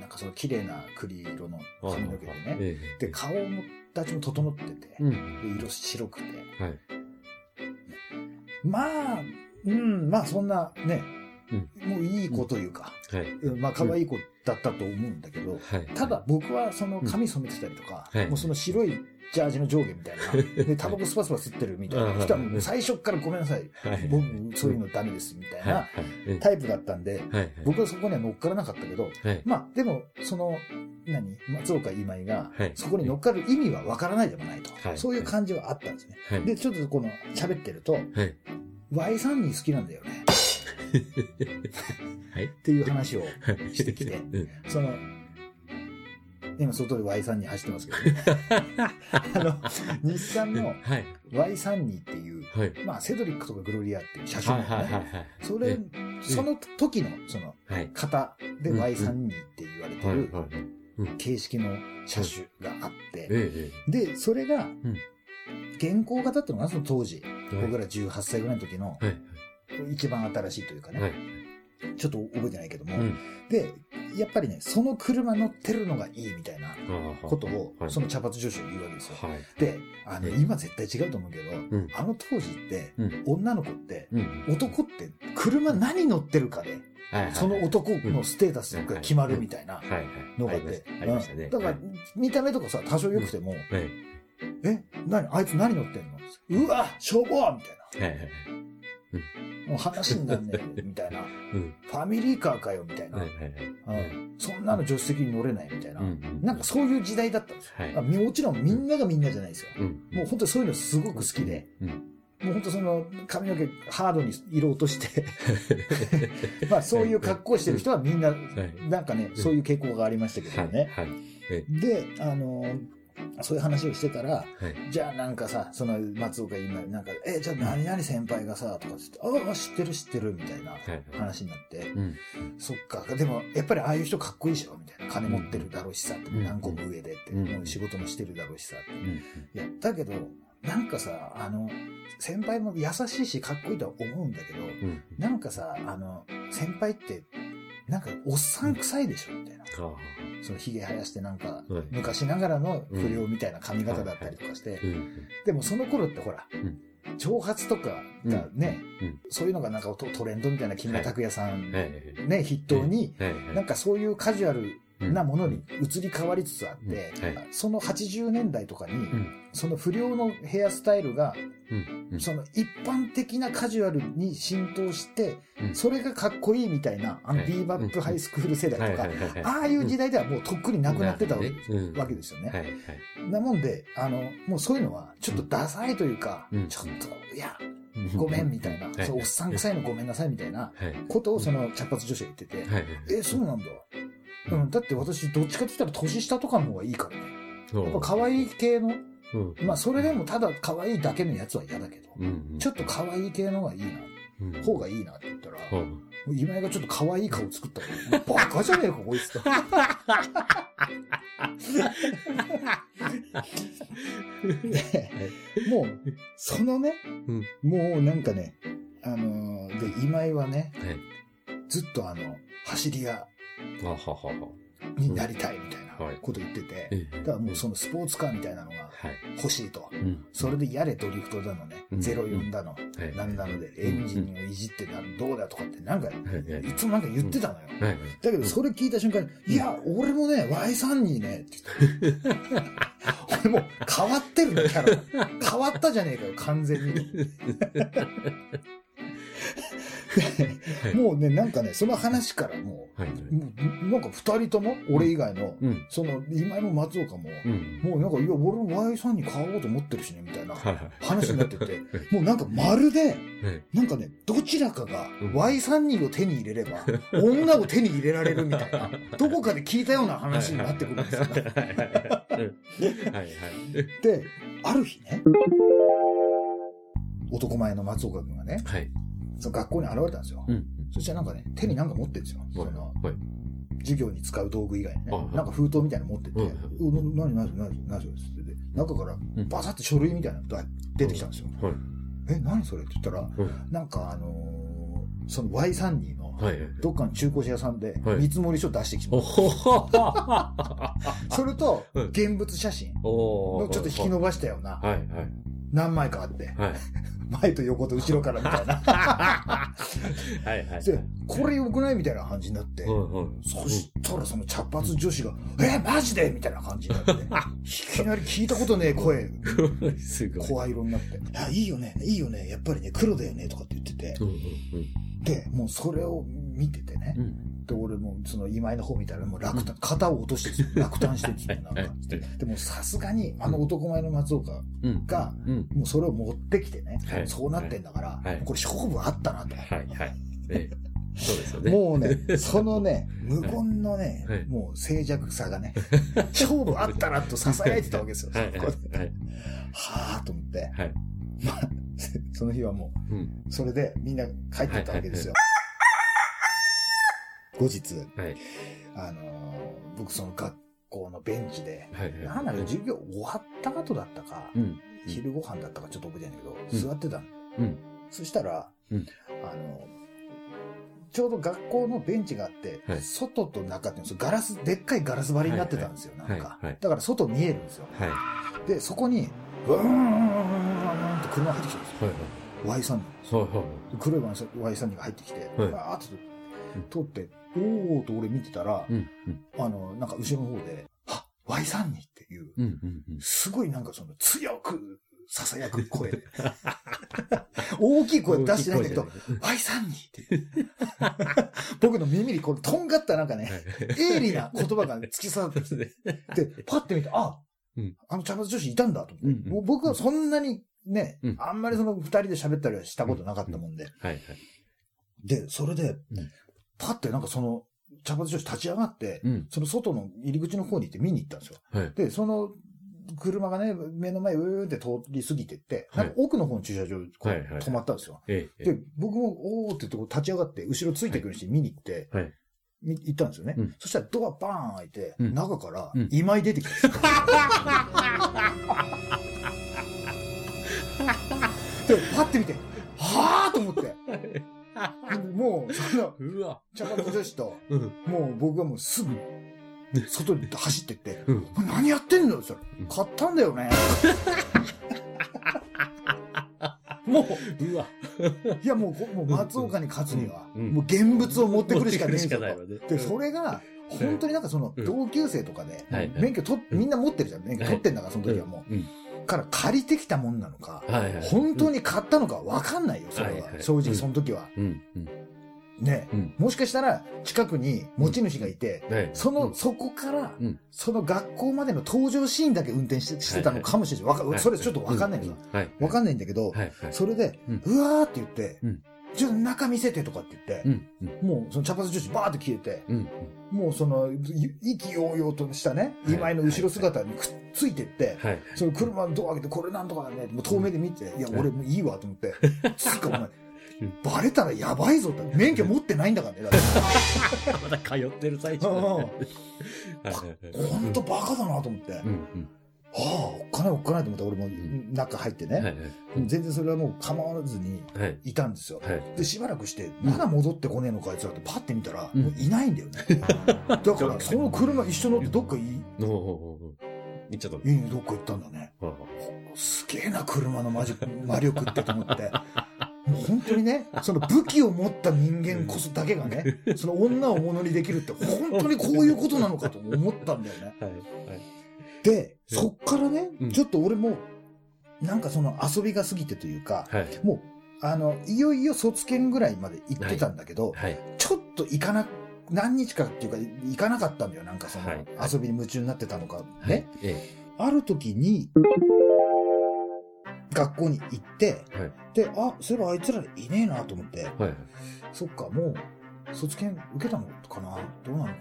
Speaker 1: なんかその綺麗な栗色の髪の毛でね。
Speaker 2: ね
Speaker 1: で、顔もたちも整ってて、
Speaker 2: う
Speaker 1: で
Speaker 2: ん。
Speaker 1: 色白くて。
Speaker 2: はい。
Speaker 1: まあ、うん、まあそんなね、
Speaker 2: う
Speaker 1: もういい子というか、
Speaker 2: はい。
Speaker 1: うんまあ可愛い子だったと思うんだけど、
Speaker 2: はい。
Speaker 1: ただ、僕はその髪染めてたりとか、
Speaker 2: はい
Speaker 1: もうその白いジャージの上下みたい な、で、タバコスパスパ吸ってるみたいな人はもう最初っからごめんなさい、
Speaker 2: はい。
Speaker 1: 僕そういうのダメですみたいな
Speaker 2: はい。
Speaker 1: タイプだったんで、
Speaker 2: はい。
Speaker 1: 僕はそこには乗っからなかったけど、
Speaker 2: はい。
Speaker 1: まあ、でも、その、何松岡今井が
Speaker 2: はい、
Speaker 1: そこに乗っかる意味はわからないでもないと。
Speaker 2: はい
Speaker 1: そういう感じはあったんですね。
Speaker 2: はい。
Speaker 1: で、ちょっとこの、喋ってると、
Speaker 2: はい。
Speaker 1: Y さんに好きなんだよね。
Speaker 2: はい
Speaker 1: っていう話をしてきて、
Speaker 2: うん。
Speaker 1: その、今、外で Y さんに走ってますけど、ね、あの、日産の
Speaker 2: はい。
Speaker 1: Y さんにっていう、
Speaker 2: はい。
Speaker 1: まあ、セドリックとかグロリアっていう車種
Speaker 2: はい。
Speaker 1: なん
Speaker 2: はい。
Speaker 1: で
Speaker 2: はい
Speaker 1: ね。。それ、その時の、その、
Speaker 2: はい。
Speaker 1: 型で
Speaker 2: うん
Speaker 1: Y さんにって言われて
Speaker 2: はい。
Speaker 1: る
Speaker 2: はい。うん
Speaker 1: 形式の車種があって、
Speaker 2: え
Speaker 1: で、それが、
Speaker 2: ん
Speaker 1: 現行型ってのがその当時、
Speaker 2: え。はい
Speaker 1: 僕ら18歳ぐらいの時の
Speaker 2: はい。
Speaker 1: 一番新しいというかね、
Speaker 2: はい。
Speaker 1: ちょっと覚えてないけども、
Speaker 2: うん。
Speaker 1: で、やっぱりね、その車乗ってるのがいいみたいな
Speaker 2: あー
Speaker 1: ことを、
Speaker 2: はい
Speaker 1: その茶髪女子が言うわけですよ。
Speaker 2: はい。
Speaker 1: で、あの、
Speaker 2: ええ
Speaker 1: 今絶対違うと思うけど、
Speaker 2: ん
Speaker 1: あの当時って、
Speaker 2: うん
Speaker 1: 女の子って、
Speaker 2: うん。
Speaker 1: 男って車何乗ってるかで、
Speaker 2: はいはい
Speaker 1: その男のステータスが決まるみたいな
Speaker 2: はいはい。
Speaker 1: のがあ
Speaker 2: あ
Speaker 1: っ
Speaker 2: りましてた。ありました
Speaker 1: う
Speaker 2: ね。
Speaker 1: んだから、見た目とかさ、多少良くても、
Speaker 2: はい、
Speaker 1: え、何あいつ何乗ってんのうわ消防みたい
Speaker 2: はいはいはい。
Speaker 1: な。もう話になんねえ、みた いな。
Speaker 2: うん。
Speaker 1: ファミリーカーかよ、みたいな。
Speaker 2: はいはいはい。
Speaker 1: うんそんなの助手席に乗れない、みたいな。
Speaker 2: うん
Speaker 1: なんかそういう時代だったんですよ。
Speaker 2: はい
Speaker 1: まあみもちろんみんながみんなじゃないですよ。
Speaker 2: うん。
Speaker 1: もう本当にそういうのすごく好きで、
Speaker 2: うん。
Speaker 1: もう本当その髪の毛ハードに色落として、 まあそういう格好してる人はみんな、
Speaker 2: はい。
Speaker 1: なんかね、そういう傾向がありましたけど
Speaker 2: はい。
Speaker 1: ね。
Speaker 2: はい。
Speaker 1: で、あのそういう話をしてたら、
Speaker 2: はい。
Speaker 1: じゃあなんかさ、その松岡今、なんか、え、じゃあ何々先輩がさ、とかつって、ああ、知ってる知ってる、みたいな
Speaker 2: はい。
Speaker 1: 話になって、
Speaker 2: うん。
Speaker 1: そっか、でもやっぱりああいう人かっこいいでしょ、みたいな。金持ってるだろうしさ、
Speaker 2: ん
Speaker 1: 何個も上でって、
Speaker 2: うん
Speaker 1: もう仕事もしてるだろうしさ、って
Speaker 2: うん。
Speaker 1: いや、だけど、なんかさ、あの、先輩も優しいし、かっこいいとは思うんだけど、
Speaker 2: うん。
Speaker 1: なんかさ、あの、先輩って、なんか、おっさん臭いでしょみたいな。
Speaker 2: ああ。
Speaker 1: その、髭生やしてなんか
Speaker 2: はい、
Speaker 1: 昔ながらの不良みたいな髪型だったりとかして
Speaker 2: う、ん。
Speaker 1: でもその頃ってほら
Speaker 2: ん、
Speaker 1: 長髪とかがね
Speaker 2: うんうん、
Speaker 1: そういうのがなんかトトレンドみたいな木村拓哉さん、
Speaker 2: はい。
Speaker 1: ね、筆頭に、
Speaker 2: はい。
Speaker 1: なんかそういうカジュアルなものに。移り変わりつつあっ
Speaker 2: うんは
Speaker 1: て、その80年代とかに
Speaker 2: ん、
Speaker 1: その不良のヘアスタイルが、
Speaker 2: うん。
Speaker 1: その一般的なカジュアルに浸透して、
Speaker 2: うん
Speaker 1: それがかっこいいみたいな、あの
Speaker 2: はい
Speaker 1: ビーバップハイスクール世代とか、
Speaker 2: はい
Speaker 1: ああいう時代ではもうとっくになくなってたわけ
Speaker 2: うん
Speaker 1: わけですよね。
Speaker 2: はい。はい。
Speaker 1: なもんで、あの、もうそういうのは、ちょっとダサいというか、
Speaker 2: うん
Speaker 1: ちょっと、いや、ごめんみたいな、
Speaker 2: はい
Speaker 1: そうおっさん臭いのごめんなさいみたいな
Speaker 2: はい。
Speaker 1: ことをその茶髪女子が言ってて、
Speaker 2: はい。
Speaker 1: え、そうなんだ。うん、だって私、どっちかって言ったら年下とかの方がいいからね。
Speaker 2: や
Speaker 1: やっぱ可愛い系の、
Speaker 2: うん。
Speaker 1: まあそれでもただ可愛いだけのやつは嫌だけど、
Speaker 2: うん。
Speaker 1: ちょっと可愛い系の方がいいな。
Speaker 2: と
Speaker 1: 方がいいなって言ったら、
Speaker 2: う
Speaker 1: も
Speaker 2: ん。
Speaker 1: う今井がちょっと可愛い顔作ったから、バカじゃねえか、こい つと。でもう、そのね、
Speaker 2: うん
Speaker 1: もうなんかね、あのーで、今井はね、
Speaker 2: はい。
Speaker 1: ずっとあの、走り屋
Speaker 2: あははは。
Speaker 1: になりたいみたいな
Speaker 2: うんはい
Speaker 1: こと言ってて、
Speaker 2: ええ
Speaker 1: だからもうそのスポーツカーみたいなのが
Speaker 2: はい。
Speaker 1: 欲しいと。
Speaker 2: うん。
Speaker 1: それでやれドリフトだのね、
Speaker 2: うん
Speaker 1: 04だの、
Speaker 2: はい。
Speaker 1: なんだので、エンジンをいじってなどうだとかってなんか、
Speaker 2: はいはい
Speaker 1: いつもなんか言ってたのよ。
Speaker 2: はい。
Speaker 1: だけど、それ聞いた瞬間に、いや、俺もね、Y さんにね、って 言って。俺もう変わってるの、キャラが。変わったじゃねえかよ、完全に。 もうね、なんかね、その話からも
Speaker 2: はい。
Speaker 1: う、もうなんか二人とも、俺以外の、
Speaker 2: うん。
Speaker 1: その、今井も松岡も、
Speaker 2: うん。
Speaker 1: もうなんか、いや、俺も Y さんに買おうと思ってるしね、みたいな
Speaker 2: はいはい。
Speaker 1: 話になって て、もうなんかまるで、
Speaker 2: はい。
Speaker 1: なんかね、どちらかが
Speaker 2: うん
Speaker 1: Y32 を手に入れれ ば、女を手に入れられるみたいな、どこかで聞いたような話になってくるんですよ。
Speaker 2: はいはいはい。
Speaker 1: で、ある日ね、男前の松岡君がね、
Speaker 2: はい。
Speaker 1: その学校に現れたんですよ。
Speaker 2: うん。
Speaker 1: そしたらなんかね、手になんか持ってるんですよ。その、
Speaker 2: はい。
Speaker 1: 授業に使う道具以外にね
Speaker 2: はいは、い
Speaker 1: なんか封筒みたいなの持ってて、
Speaker 2: うん
Speaker 1: うん、なになになになにそれって言って、中から
Speaker 2: うん
Speaker 1: バサッて書類みたいなのが出てきたんですよ。
Speaker 2: はい。
Speaker 1: え、何それって言ったら、なんかあのーその Y32 の、
Speaker 2: はい。
Speaker 1: どっかの中古車屋さんで
Speaker 2: はい
Speaker 1: 見積もり書出してきて、
Speaker 2: おほ
Speaker 1: それと
Speaker 2: うん
Speaker 1: 現物写真
Speaker 2: お
Speaker 1: のちょっと引き伸ばしたような
Speaker 2: はいはい。
Speaker 1: 何枚かあって、
Speaker 2: はい。
Speaker 1: 前と横と後ろからみたいな。
Speaker 2: はいはい。
Speaker 1: で、これ良くないみたいな感じになって、そしたらその茶髪女子が、え、マジでみたいな感じになって、いきなり聞いたことねえ声、
Speaker 2: はい。すごい。
Speaker 1: 声色になって、あ、いいよね、いいよね、やっぱりね、黒だよね、とかって言ってて
Speaker 2: う、んうん
Speaker 1: で、もうそれを見ててね、
Speaker 2: うん。うん。
Speaker 1: で、俺もその今井の方見たらもう落胆、肩を落として ですよ落胆してるんですよ、なんか。でもさすがにあの男前の松岡
Speaker 2: うん。
Speaker 1: が、
Speaker 2: うん。
Speaker 1: もうそれを持ってきてね、
Speaker 2: はい
Speaker 1: そうなってんだから、
Speaker 2: はいはい
Speaker 1: これ勝負あったなと。
Speaker 2: はいはい。えそうですよね。
Speaker 1: もうね、そのね、無言のね、
Speaker 2: はい
Speaker 1: もう静寂さが ね、勝負あったなと囁いてたわけですよ。
Speaker 2: はい
Speaker 1: そこで
Speaker 2: はい
Speaker 1: はぁと思って、
Speaker 2: はい。
Speaker 1: その日はも
Speaker 2: うん。
Speaker 1: う、それでみんな帰ってったわけですよ。後日、
Speaker 2: はい。
Speaker 1: あのー僕その学校のベンチで、
Speaker 2: はいはい。
Speaker 1: なんだろう、授業終わった後だったか、
Speaker 2: うん。
Speaker 1: 昼ご飯だったかちょっと覚えてないんだけ
Speaker 2: うん
Speaker 1: ど、座ってたの。
Speaker 2: うん。
Speaker 1: そしたら、
Speaker 2: うん
Speaker 1: あの、ちょうど学校のベンチがあって、
Speaker 2: はい
Speaker 1: 外と中っていうのガラス、でっかいガラス張りになってたんですよ、
Speaker 2: はい
Speaker 1: な
Speaker 2: は
Speaker 1: ん
Speaker 2: い
Speaker 1: か、
Speaker 2: はいはい
Speaker 1: だから外見えるんですよ。
Speaker 2: はい。は
Speaker 1: で、そこに、うーんって車が入ってきたんですよ。
Speaker 2: いはい。
Speaker 1: Y さん
Speaker 2: そうはい。
Speaker 1: 黒い Y さんが入ってきて、
Speaker 2: はい
Speaker 1: バーッと通って、おーと俺見てたら、
Speaker 2: うん。うん。
Speaker 1: あの、なんか後ろの方で、あ、Y さんにっていう、
Speaker 2: うん。うん。うん。
Speaker 1: すごいなんかその強く囁く声で。大きい声出してないんだけど、Y さんにって。僕の耳にこのとんがったなんかね、鋭利な言葉が突き刺さって きて、で、パッて見て、あ、
Speaker 2: うん
Speaker 1: あの茶髪女子いたんだと思って、
Speaker 2: うんうん
Speaker 1: 僕はそんなにね、
Speaker 2: うん
Speaker 1: あんまりその二人で喋ったりはしたことなかったもんで、
Speaker 2: はいはい。
Speaker 1: で、それで
Speaker 2: ん、
Speaker 1: パッてなんかその茶髪女子立ち上がって、
Speaker 2: うん。
Speaker 1: その外の入り口の方に行って見に行ったんですよ。
Speaker 2: はい。
Speaker 1: で、その、車がね、目の前、うーって通り過ぎてって、
Speaker 2: はい
Speaker 1: なんか奥の方の駐車場、こう
Speaker 2: はいはい
Speaker 1: 止まったんですよ。
Speaker 2: ええ。
Speaker 1: で、僕も、おーってとこう立ち上がって、後ろついてくる人に見に行って、
Speaker 2: はい
Speaker 1: み行ったんですよね。
Speaker 2: うん
Speaker 1: そしたらドアバーン開いて、
Speaker 2: うん
Speaker 1: 中から
Speaker 2: うん
Speaker 1: 今井出てきたんですよ。で、パッて見て、はーと思って。もう、その、
Speaker 2: うわ。
Speaker 1: 茶髪女子と、
Speaker 2: うん。
Speaker 1: もう僕はもうすぐ、外に走ってって、
Speaker 2: うん。
Speaker 1: 何やってんのよ、それ
Speaker 2: うん。
Speaker 1: 買ったんだよ ね。
Speaker 2: もう、うわ。
Speaker 1: いや、もうこ、もう松岡に勝つには、
Speaker 2: うんうん
Speaker 1: もう現物を持ってくるしかねえんだ
Speaker 2: ない
Speaker 1: よ
Speaker 2: わね。
Speaker 1: と。で、それが、本当になんかその、
Speaker 2: うん
Speaker 1: 同級生とかで
Speaker 2: はい、
Speaker 1: 免許と、
Speaker 2: うん
Speaker 1: みんな持ってるじゃん。免許取ってんだから、その時はも
Speaker 2: うん。
Speaker 1: う。から借りてきたもんなのか、
Speaker 2: はいはい。
Speaker 1: 本当に買ったのかわかんないよ、それ
Speaker 2: はいは
Speaker 1: は。
Speaker 2: い
Speaker 1: 正
Speaker 2: う
Speaker 1: 直、
Speaker 2: ん
Speaker 1: その時は。
Speaker 2: うん。うん。
Speaker 1: ね
Speaker 2: うん。
Speaker 1: もしかしたら、近くに持ち主がいて、
Speaker 2: はい。
Speaker 1: その、
Speaker 2: うん
Speaker 1: そこから
Speaker 2: うん、
Speaker 1: その学校までの登場シーンだけ運転してしてたのかもしれない。わかそれちょっとわかんないんだ。
Speaker 2: はい。
Speaker 1: わか
Speaker 2: ん
Speaker 1: んないんだけど、
Speaker 2: はい。はい。
Speaker 1: それで、
Speaker 2: うん
Speaker 1: うわーって言って、
Speaker 2: うん
Speaker 1: ちょっと中見せてとかって言って、
Speaker 2: うん。うん。
Speaker 1: もうその茶髪女子バーって消えて、
Speaker 2: うん。
Speaker 1: もうそのい意気揚々としたね、
Speaker 2: はい
Speaker 1: 今井の後ろ姿にくっついてって、
Speaker 2: はい。
Speaker 1: その車のドア開けて、これなんとかだねって、もう遠目で見て、いや、
Speaker 2: はい
Speaker 1: 俺もういいわと思 って、つうかお前
Speaker 2: うん、
Speaker 1: バレたらやばいぞって、免許持ってないんだから ね、だって。
Speaker 2: まだ通ってる最中。
Speaker 1: うん
Speaker 2: い。
Speaker 1: ほんとバカだなと思って、あ
Speaker 2: うん。うん。
Speaker 1: あ、おっかないおっかないと思って、俺も
Speaker 2: ん
Speaker 1: 中入って
Speaker 2: はい。は
Speaker 1: ね、
Speaker 2: い。
Speaker 1: 全然それはもう構わずに
Speaker 2: はい。
Speaker 1: いたんですよ。
Speaker 2: はい。
Speaker 1: で、しばらくして、まだ戻ってこねえのか、あいつらってパッて見たら、
Speaker 2: うん
Speaker 1: もういないんだよ ね。だから、その車一緒に乗ってどっかいい、
Speaker 2: おお行っちゃった。
Speaker 1: いいのどっか行ったんだね。
Speaker 2: は
Speaker 1: すげえな、車の魔 力魔力ってと思って。もう本当にね、その武器を持った人間こそだけが ね、その女を物にできるって本当にこういうことなのかと思ったんだよね。
Speaker 2: い。はい。
Speaker 1: で、そっからね
Speaker 2: うん、
Speaker 1: ちょっと俺も、なんかその遊びが過ぎてというか、
Speaker 2: はい。
Speaker 1: もう、あの、いよいよ卒検ぐらいまで行ってたんだけど、
Speaker 2: はい。
Speaker 1: ちょっと行かな、何日かっていうか、行かなかったんだよ。なんかその、
Speaker 2: はい
Speaker 1: 遊びに夢中になってたのか、
Speaker 2: は
Speaker 1: ね
Speaker 2: い。。え
Speaker 1: ある時に、学校に行って、
Speaker 2: はい
Speaker 1: で、あ、そういえばあいつらいねえなと思って、
Speaker 2: え。はい。
Speaker 1: そっか、もう、卒検受けたのかなどうなのかな、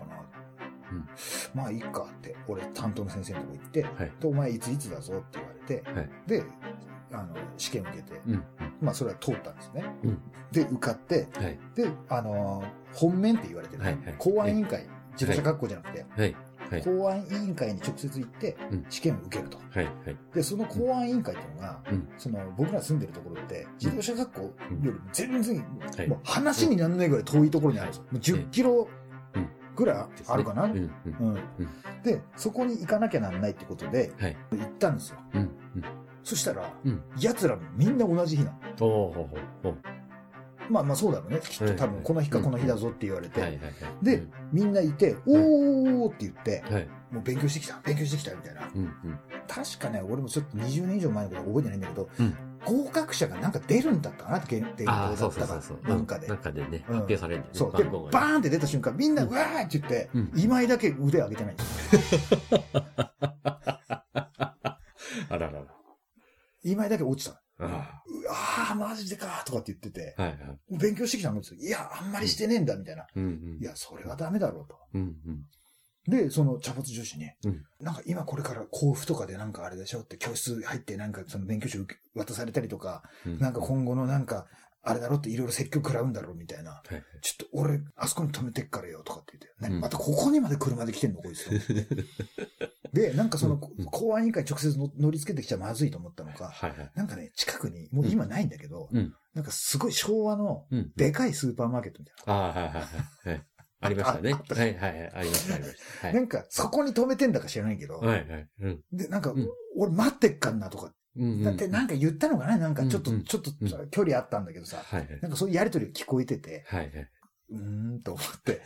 Speaker 2: うん
Speaker 1: まあ、いいかって、俺、担当の先生のとこ行って、
Speaker 2: はい。
Speaker 1: で、お前いついつだぞって言われて、
Speaker 2: はい
Speaker 1: で、あの、試験受けて、
Speaker 2: うん。
Speaker 1: まあ、それは通ったんですね。
Speaker 2: うん
Speaker 1: で、受かって、
Speaker 2: はい。
Speaker 1: で、あのー本面って言われてる、
Speaker 2: はいはい
Speaker 1: 公安委員会、自動車学校じゃなくて、
Speaker 2: はい。はい。
Speaker 1: 公安委員会に直接行って
Speaker 2: うん、
Speaker 1: 試験を受けると。
Speaker 2: はい。はい。
Speaker 1: で、その公安委員会っていうのが、
Speaker 2: うん
Speaker 1: その僕ら住んでるところって、自動車学校より全然、
Speaker 2: はい
Speaker 1: もう話にならないぐらい遠いところにあるんですよ。もう10キロ
Speaker 2: うん
Speaker 1: ぐらいあるかな。
Speaker 2: うん。
Speaker 1: うんで、そこに行かなきゃなんないってことで、
Speaker 2: はい
Speaker 1: 行ったんですよ。
Speaker 2: うん。
Speaker 1: そしたら、
Speaker 2: うん
Speaker 1: 奴らみんな同じ日なの。
Speaker 2: おおお
Speaker 1: まあまあそうだろうね。きっと多分この日かこの日だぞって言われて、
Speaker 2: はい。はい。
Speaker 1: で、みんないて、おーおーって言って、
Speaker 2: はい。
Speaker 1: もう勉強してきた、勉強してきたみたいな。
Speaker 2: うん。うん。
Speaker 1: 確かね、俺もちょっと20年以上前のことは覚えてないんだけど、
Speaker 2: うん
Speaker 1: 合格者がなんか出るんだったかなって限定
Speaker 2: ああ、
Speaker 1: だ
Speaker 2: そう
Speaker 1: っ
Speaker 2: そ
Speaker 1: た
Speaker 2: うそ
Speaker 1: か
Speaker 2: うそう。
Speaker 1: ら、なんかで
Speaker 2: な。んかでね、発表されるんだよね。
Speaker 1: そう。で、バーンって出た瞬間、みんな、
Speaker 2: うん
Speaker 1: うわーって言って、
Speaker 2: うん
Speaker 1: 今井だけ腕上げてないんですよ。
Speaker 2: あらら
Speaker 1: 今井だけ落ちた。
Speaker 2: あ
Speaker 1: うわー、マジでかーとかって言ってて、
Speaker 2: あ。はいはい。
Speaker 1: 勉強してきたのって言っていや、あんまりしてねえんだ、みたいな。
Speaker 2: うん。
Speaker 1: いや、それはダメだろうと。
Speaker 2: うん。うん。
Speaker 1: で、その茶髪女子に、
Speaker 2: うん
Speaker 1: なんか今これから交付とかでなんかあれでしょって教室入ってなんかその勉強書受け渡されたりとか、
Speaker 2: うん
Speaker 1: なんか今後のなんかあれだろっていろいろ説教食らうんだろうみたいな。
Speaker 2: はい。
Speaker 1: ちょっと俺、あそこに止めてっからよとかって言って、ね
Speaker 2: うん
Speaker 1: またここにまで車で来てんの、こいつ。 で、なんかその、こ
Speaker 2: うん
Speaker 1: 公安委員会直接の乗りつけてきちゃまずいと思ったのか、
Speaker 2: はいはい。
Speaker 1: なんかね、近くに、もう今ないんだけど、
Speaker 2: うん。
Speaker 1: なんかすごい昭和の
Speaker 2: うん。
Speaker 1: でかいスーパーマーケットみたい
Speaker 2: ああ、はいはいはい はい。ありましたね。
Speaker 1: あ
Speaker 2: はいはいはい。ありました、ありました。は
Speaker 1: な。な。
Speaker 2: い
Speaker 1: んかそこに止めてんだか知らないけど、
Speaker 2: はいはい。うん。
Speaker 1: で、なんか、
Speaker 2: うん
Speaker 1: 俺待ってっかんなとか、
Speaker 2: うんうん。
Speaker 1: だってなんか言ったのかななんかちょっと、
Speaker 2: うんうん
Speaker 1: ちょっと
Speaker 2: うん
Speaker 1: さ距離あったんだけどさ、
Speaker 2: はいはい。
Speaker 1: なんかそういうやりとりが聞こえてて、
Speaker 2: はいはい。
Speaker 1: うーんと思って。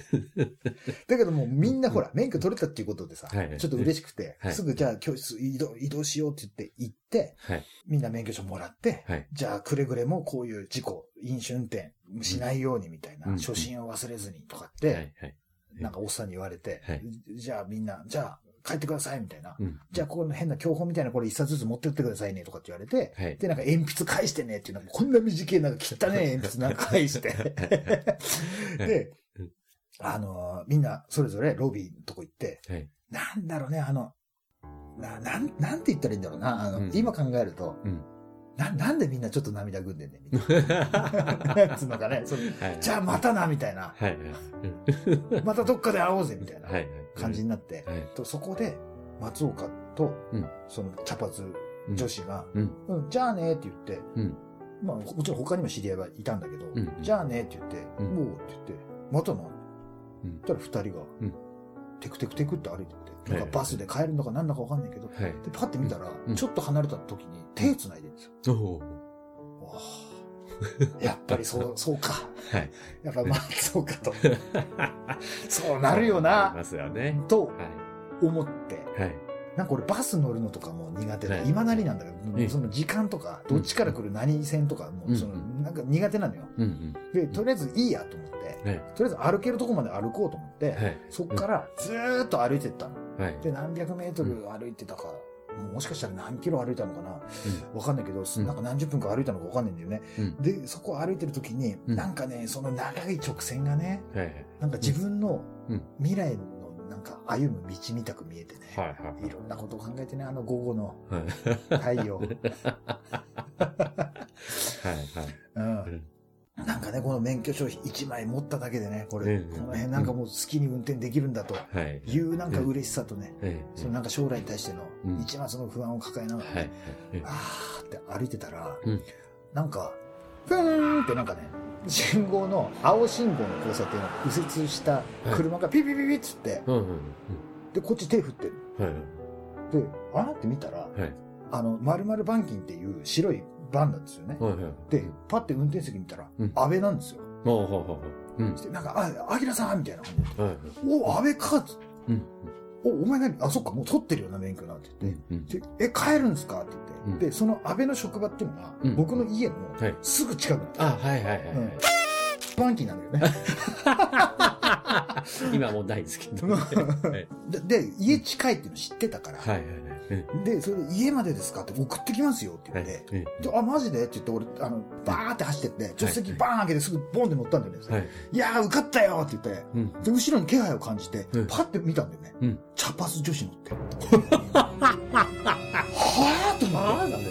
Speaker 1: だけどもうみんなほら、免許取れたっていうことでさ、
Speaker 2: はいはい
Speaker 1: ちょっと嬉しくて、
Speaker 2: はい
Speaker 1: すぐじゃあ教室移動移動しようって言って行って、
Speaker 2: はい。
Speaker 1: みんな免許証もらって、
Speaker 2: はい。
Speaker 1: じゃあくれぐれもこういう事故、飲酒運転しないようにみたいな、
Speaker 2: うん
Speaker 1: 初心を忘れずにとかっ
Speaker 2: は
Speaker 1: て、
Speaker 2: いはい。
Speaker 1: なんかおっさんに言われて、
Speaker 2: はい
Speaker 1: じゃあみんな、じゃあ帰ってくださいみたいな。
Speaker 2: うん。
Speaker 1: じゃあ、ここの変な教本みたいなこれ一冊ずつ持ってってくださいねとかって言われて、
Speaker 2: はい
Speaker 1: で、なんか鉛筆返してねっていうのは、こんな短い、なんか汚ねえ鉛筆なんか返 して。で
Speaker 2: うん、
Speaker 1: あのーみんなそれぞれロビーのとこ行って、
Speaker 2: はい
Speaker 1: なんだろうね、あの、な、なん、なんて言ったらいいんだろうな、あの、
Speaker 2: うん
Speaker 1: 今考えると、
Speaker 2: うん
Speaker 1: な、なんでみんなちょっと涙ぐんでんねんみたい な。なんつうのかね、その
Speaker 2: はい。
Speaker 1: じゃあまたな、みたい な。
Speaker 2: はいはい。うん
Speaker 1: またどっかで会おうぜ、みたいな
Speaker 2: はいはい。
Speaker 1: 感じになって。
Speaker 2: はい。
Speaker 1: とそこで、松岡と
Speaker 2: うん、
Speaker 1: その茶髪
Speaker 2: うん
Speaker 1: 女子が、
Speaker 2: うん
Speaker 1: うん、じゃあねって言って、
Speaker 2: うん
Speaker 1: まあ、もちろん他にも知り合いはいたんだけど、
Speaker 2: ん
Speaker 1: じゃあねって言って、
Speaker 2: うん
Speaker 1: もうって言って、またな。
Speaker 2: うん
Speaker 1: そしたら二人が、
Speaker 2: うん
Speaker 1: テクテクテクって歩いてって、
Speaker 2: はい
Speaker 1: なんかバスで帰るのか何だかわかんないけど、で、
Speaker 2: はい。
Speaker 1: パッて見たら、
Speaker 2: うん
Speaker 1: ちょっと離れた時に手繋いでるんですよ。
Speaker 2: おお。
Speaker 1: わ あやっぱりそう、そうか。
Speaker 2: はい。
Speaker 1: やっぱまあ、そうか と。そうなるよな
Speaker 2: り、ますよね。
Speaker 1: と
Speaker 2: は
Speaker 1: 思って。
Speaker 2: い。はい。
Speaker 1: なんか俺バス乗るのとかも苦手
Speaker 2: は
Speaker 1: で、
Speaker 2: い
Speaker 1: いまだになんだけど、
Speaker 2: ええ
Speaker 1: その時間とか、どっちから来る何線とか、もうその、
Speaker 2: うん
Speaker 1: なんか苦手なのよ。
Speaker 2: うん
Speaker 1: で、とりあえずいいやと思って、
Speaker 2: うん。はい。
Speaker 1: とりあえず歩けるとこまで歩こうと思って、
Speaker 2: はい。
Speaker 1: そっからずーっと歩いてったの。
Speaker 2: はい。
Speaker 1: で、何百メートル歩いてたか、もしかしたら何キロ歩いたのかな、わかんないけど、
Speaker 2: ん
Speaker 1: なんか何十分か歩いたのかわかんないんだよね。
Speaker 2: うん
Speaker 1: で、そこを歩いてる時に、
Speaker 2: うん
Speaker 1: なんかね、その長い直線がね、
Speaker 2: はい。はい。
Speaker 1: なんか自分の
Speaker 2: うん
Speaker 1: 未来のなんか歩む道みたく見えてね、
Speaker 2: はい。
Speaker 1: いろんなことを考えてね、あの午後の
Speaker 2: はい。
Speaker 1: 太陽。
Speaker 2: はい。
Speaker 1: うん。なんかね、この免許証1枚持っただけでね、これ、
Speaker 2: うん
Speaker 1: この辺なんかもう好きに運転できるんだと
Speaker 2: はい。はい。
Speaker 1: いうなんか嬉しさとね、
Speaker 2: ええ
Speaker 1: そのなんか将来に対しての
Speaker 2: うん
Speaker 1: 一抹の不安を抱えながら、
Speaker 2: はい。
Speaker 1: あーって歩いてたら、
Speaker 2: うん
Speaker 1: なんか、ふーんってなんかね、信号の、青信号の交差点を右折した車がピピピピっつって、
Speaker 2: うんうん
Speaker 1: で、こっち手振ってる。
Speaker 2: うん。はい。
Speaker 1: で、あらって見たら、
Speaker 2: はい。
Speaker 1: あの、〇〇板金っていう白いバンなんですよね。
Speaker 2: はい。はい。
Speaker 1: で、パッて運転席見たら、
Speaker 2: うん
Speaker 1: 安倍なんですよ。
Speaker 2: おおほほほ。うん
Speaker 1: そ。してなんか、あ、アキラさんみたいな感じで、
Speaker 2: はい。
Speaker 1: お、安倍かっつって
Speaker 2: うん。
Speaker 1: お、お前何あ、そっか、もう取ってるよな、免許なって
Speaker 2: う
Speaker 1: 言っ
Speaker 2: ん。うん。
Speaker 1: て。でえ、帰るんですかって言
Speaker 2: う
Speaker 1: っ
Speaker 2: ん
Speaker 1: て。で、その安倍の職場っていうのが
Speaker 2: う、ん
Speaker 1: 僕の家の
Speaker 2: はい
Speaker 1: すぐ近くなんですよ。
Speaker 2: あ、はいはいはい。
Speaker 1: バンキーなんだよね。
Speaker 2: 今もうないですけど。はい。
Speaker 1: で、で家近いっていうの知ってたから。
Speaker 2: はいはいはい。
Speaker 1: で、それで家までですかって送ってきますよって
Speaker 2: は
Speaker 1: 言っ
Speaker 2: い。
Speaker 1: て。であ、マジでって言って、俺、あの、バーって走ってって、助手席
Speaker 2: はい
Speaker 1: バーン開けてすぐボンって乗ったんだよね。
Speaker 2: はい。
Speaker 1: いやー、受かったよって言って。
Speaker 2: うん。
Speaker 1: で、後ろに気配を感じて
Speaker 2: うん、
Speaker 1: パッて見たんだよね。
Speaker 2: うん
Speaker 1: 茶髪女子乗って。はぁと思っ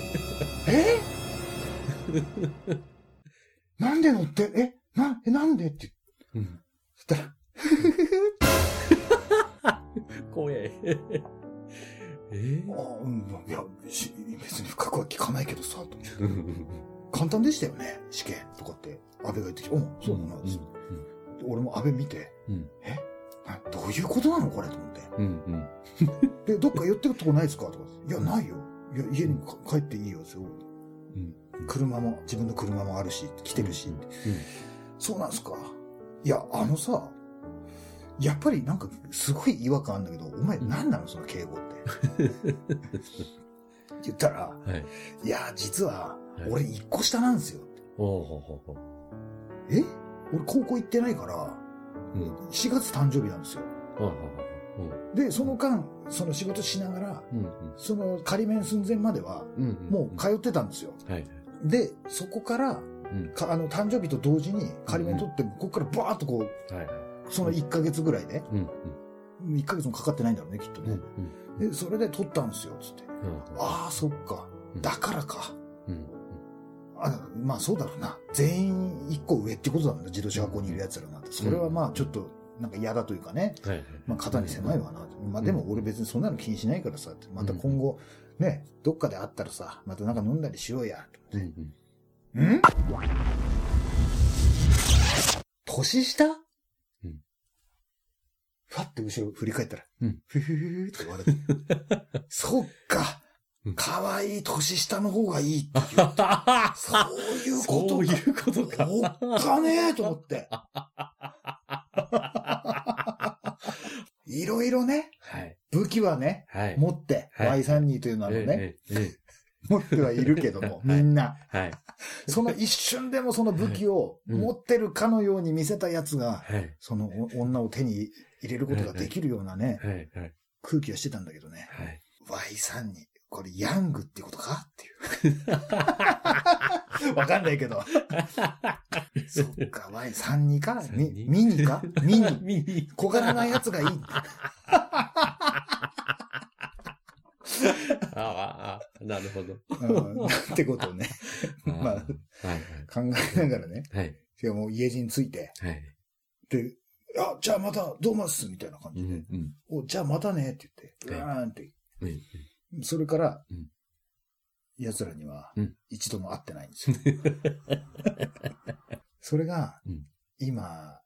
Speaker 1: て。え なんで乗って、え、な、え、なんでって
Speaker 2: うん。
Speaker 1: 言ったら、
Speaker 2: 怖え。え
Speaker 1: あうん、いや、し別に深くは聞かないけどさ、と思って
Speaker 2: うん。
Speaker 1: 簡単でしたよね、試験とかって。安倍が言ってきて、うん、そうだな、
Speaker 2: うん。
Speaker 1: で俺も安倍見て、
Speaker 2: うん
Speaker 1: えなどういうことなのこれと思って。
Speaker 2: うん。うん。
Speaker 1: で、どっか寄ってるとこないですかとか。いや、ないよ。いや、家にか帰っていいよ、すごい。車も、自分の車もあるし、来てるし。
Speaker 2: うん
Speaker 1: そうなんすか。いや、あのさ、やっぱりなんか、すごい違和感あるんだけど、お前
Speaker 2: うん
Speaker 1: 何なのその敬語って。 言ったら、
Speaker 2: はい。
Speaker 1: いや、実は
Speaker 2: は、い
Speaker 1: 俺一個下なんですよ。
Speaker 2: おおほほほ。
Speaker 1: え俺高校行ってないから、
Speaker 2: うん。
Speaker 1: 4月誕生日なんですよ。
Speaker 2: おおほほ。
Speaker 1: で、その間、その仕事しながら、
Speaker 2: うん。
Speaker 1: その仮免寸前までは、
Speaker 2: うん。うん。
Speaker 1: もう通ってたんですよ。
Speaker 2: はい。
Speaker 1: で、そこから、
Speaker 2: うん。
Speaker 1: かあの、誕生日と同時に仮免取って、ここからバーッとこう、
Speaker 2: はい。
Speaker 1: その1ヶ月ぐらいで、
Speaker 2: うん。
Speaker 1: 1ヶ月もかかってないんだろうね、きっと
Speaker 2: うん。う
Speaker 1: ね
Speaker 2: ん。。うん。
Speaker 1: で、それで取ったんですよ、つって。
Speaker 2: うん。
Speaker 1: ああ、そっか
Speaker 2: う。ん
Speaker 1: だからか。
Speaker 2: うん。
Speaker 1: あまあそうだろうな。全員一個上ってことだもんな、自動車学校にいる奴らなんて。それはまあちょっと、なんか嫌だというかね。
Speaker 2: はいはい。
Speaker 1: まあ肩に狭いわな。まあでも俺別にそんなの気にしないからさ、ってまた今後、ね、どっかで会ったらさ、またなんか飲んだりしようや。
Speaker 2: うんうん
Speaker 1: ん年下
Speaker 2: うん
Speaker 1: ふわって後ろ振り返ったら、
Speaker 2: うん
Speaker 1: ふふふふって言われて。 そっか
Speaker 2: うん。
Speaker 1: 可愛い年下の方がいいって いう。そういうこ
Speaker 2: そ
Speaker 1: とか。
Speaker 2: ういうことか。
Speaker 1: おったねえと思 って。いろいろね、
Speaker 2: はい。
Speaker 1: 武器はね、
Speaker 2: はい。
Speaker 1: 持って、
Speaker 2: はい
Speaker 1: Y32 というのはね、
Speaker 2: ええ。ええ
Speaker 1: 持ってはいるけども、
Speaker 2: はい
Speaker 1: みんな。
Speaker 2: ええはい。
Speaker 1: その 一瞬でもその武器を持ってるかのように見せたやつが、
Speaker 2: はい。
Speaker 1: そのお女を手に入れることができるようなね、
Speaker 2: はい。はい。
Speaker 1: 空気はしてたんだけどね。
Speaker 2: はい。
Speaker 1: Y さんに、これヤングってことかって いう。わかんないけど。そっか、Y さんにか
Speaker 2: 三
Speaker 1: ミ
Speaker 2: 二
Speaker 1: ミニかミニ。
Speaker 2: 見に
Speaker 1: 小柄なやつがいい。
Speaker 2: ああ、なるほど。
Speaker 1: うん、 なんてことをね、まあ
Speaker 2: はい。
Speaker 1: 考えながらね。
Speaker 2: はい。
Speaker 1: いやもう家路について、
Speaker 2: はい。
Speaker 1: で、あ、じゃあまた、どうもっす、みたいな感
Speaker 2: う
Speaker 1: じで。
Speaker 2: ん。うん。
Speaker 1: お、じゃあまたねって言って、
Speaker 2: はいう
Speaker 1: わーんって。
Speaker 2: うん
Speaker 1: それから
Speaker 2: うん、
Speaker 1: 奴らには
Speaker 2: うん
Speaker 1: 一度も会ってないんです よ。それが
Speaker 2: うん、
Speaker 1: 今、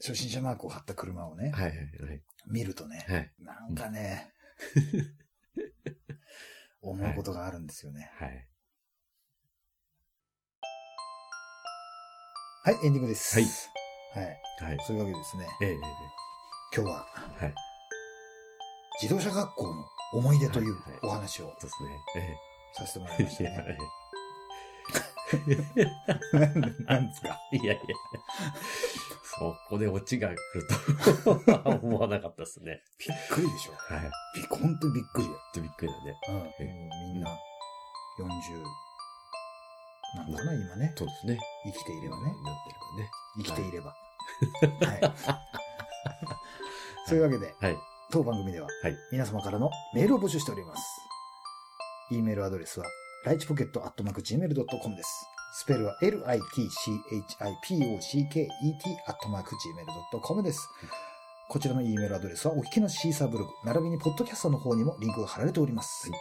Speaker 1: 初心者マークを貼った車をね、
Speaker 2: はい。はい。
Speaker 1: 見るとね、
Speaker 2: はい。
Speaker 1: なんかね、思うことがあるんですよね。
Speaker 2: はい。
Speaker 1: はい、エンディングです。
Speaker 2: はい
Speaker 1: はい。
Speaker 2: はい。
Speaker 1: そういうわけですね。
Speaker 2: ええ。ええ
Speaker 1: 今日は
Speaker 2: はい。
Speaker 1: 自動車学校の思い出という
Speaker 2: はいはい
Speaker 1: お話を
Speaker 2: そうですね。ええ。
Speaker 1: させてもらいました
Speaker 2: いや
Speaker 1: ね。
Speaker 2: なんですか いやいや。そこでオチが来ると は思わなかったですね。
Speaker 1: びっくりでしょ。
Speaker 2: はい。ちょ
Speaker 1: び、ほんとびっくりよ。
Speaker 2: っとびっくりだね。
Speaker 1: うん、も
Speaker 2: え
Speaker 1: うみんな40なんだな、今ね。
Speaker 2: そうですね。
Speaker 1: 生きていれば
Speaker 2: な
Speaker 1: ね
Speaker 2: っ。てるからね。
Speaker 1: 生きていれば。はい。 そういうわけで、
Speaker 2: はい。
Speaker 1: 当番組では、
Speaker 2: はい
Speaker 1: 皆様からのメールを募集しております。e メールアドレスは、ライチポケットアットマーク Gmail.com です。スペルは l i t c h i p o c k e t アットマーク Gmail.com です。こちらの E メールアドレスは、お聞きのシーサーブログ、並びにポッドキャストの方にもリンクが貼られております。
Speaker 2: はい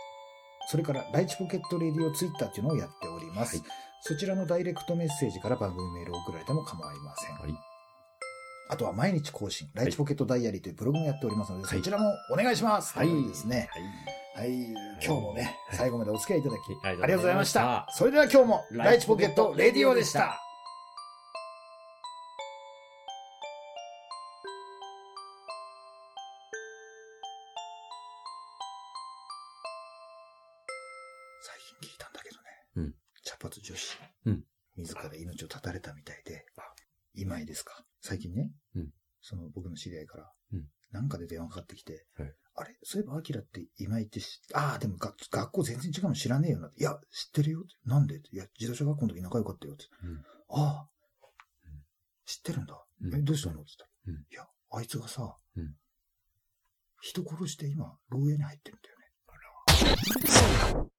Speaker 1: それから、ライチポケットレディオツイッターというのをやっております。
Speaker 2: はい
Speaker 1: そちらのダイレクトメッセージから番組メールを送られても構いません。
Speaker 2: はい。
Speaker 1: あとは毎日更新、ライチポケットダイアリーというブログもやっておりますので、
Speaker 2: はい
Speaker 1: そちらもお願いします。
Speaker 2: はい
Speaker 1: とうことですね。
Speaker 2: はい。
Speaker 1: はい。今日もね、最後までお付き合いいただき、
Speaker 2: あ
Speaker 1: あ
Speaker 2: り
Speaker 1: りが
Speaker 2: がと
Speaker 1: とうご
Speaker 2: うござ
Speaker 1: ざ
Speaker 2: い
Speaker 1: い
Speaker 2: ま
Speaker 1: ま
Speaker 2: し
Speaker 1: したた。それでは今日も、ライチポケットレディオでした。最近聞いたんだけどね、
Speaker 2: うん
Speaker 1: 茶髪女子、
Speaker 2: うん
Speaker 1: 自ら命を絶たれたみたいで、今井ですか。最近ね、
Speaker 2: うん
Speaker 1: その僕の知り合いから、
Speaker 2: うん
Speaker 1: なんかで電話かかってきて、
Speaker 2: はい
Speaker 1: あれそういえば、アキラって今井って知っああ、でもが学校全然違うの知らねえよな。いや、知ってるよ。なんでいや、自動車学校の時仲良かったよ。って
Speaker 2: うん
Speaker 1: ああ
Speaker 2: うん、
Speaker 1: 知ってるんだ。
Speaker 2: うん
Speaker 1: え、どうしたのって
Speaker 2: う
Speaker 1: 言っ
Speaker 2: ん
Speaker 1: たら、いや、あいつがさ、
Speaker 2: うん
Speaker 1: 人殺して今、牢屋に入ってるんだよね。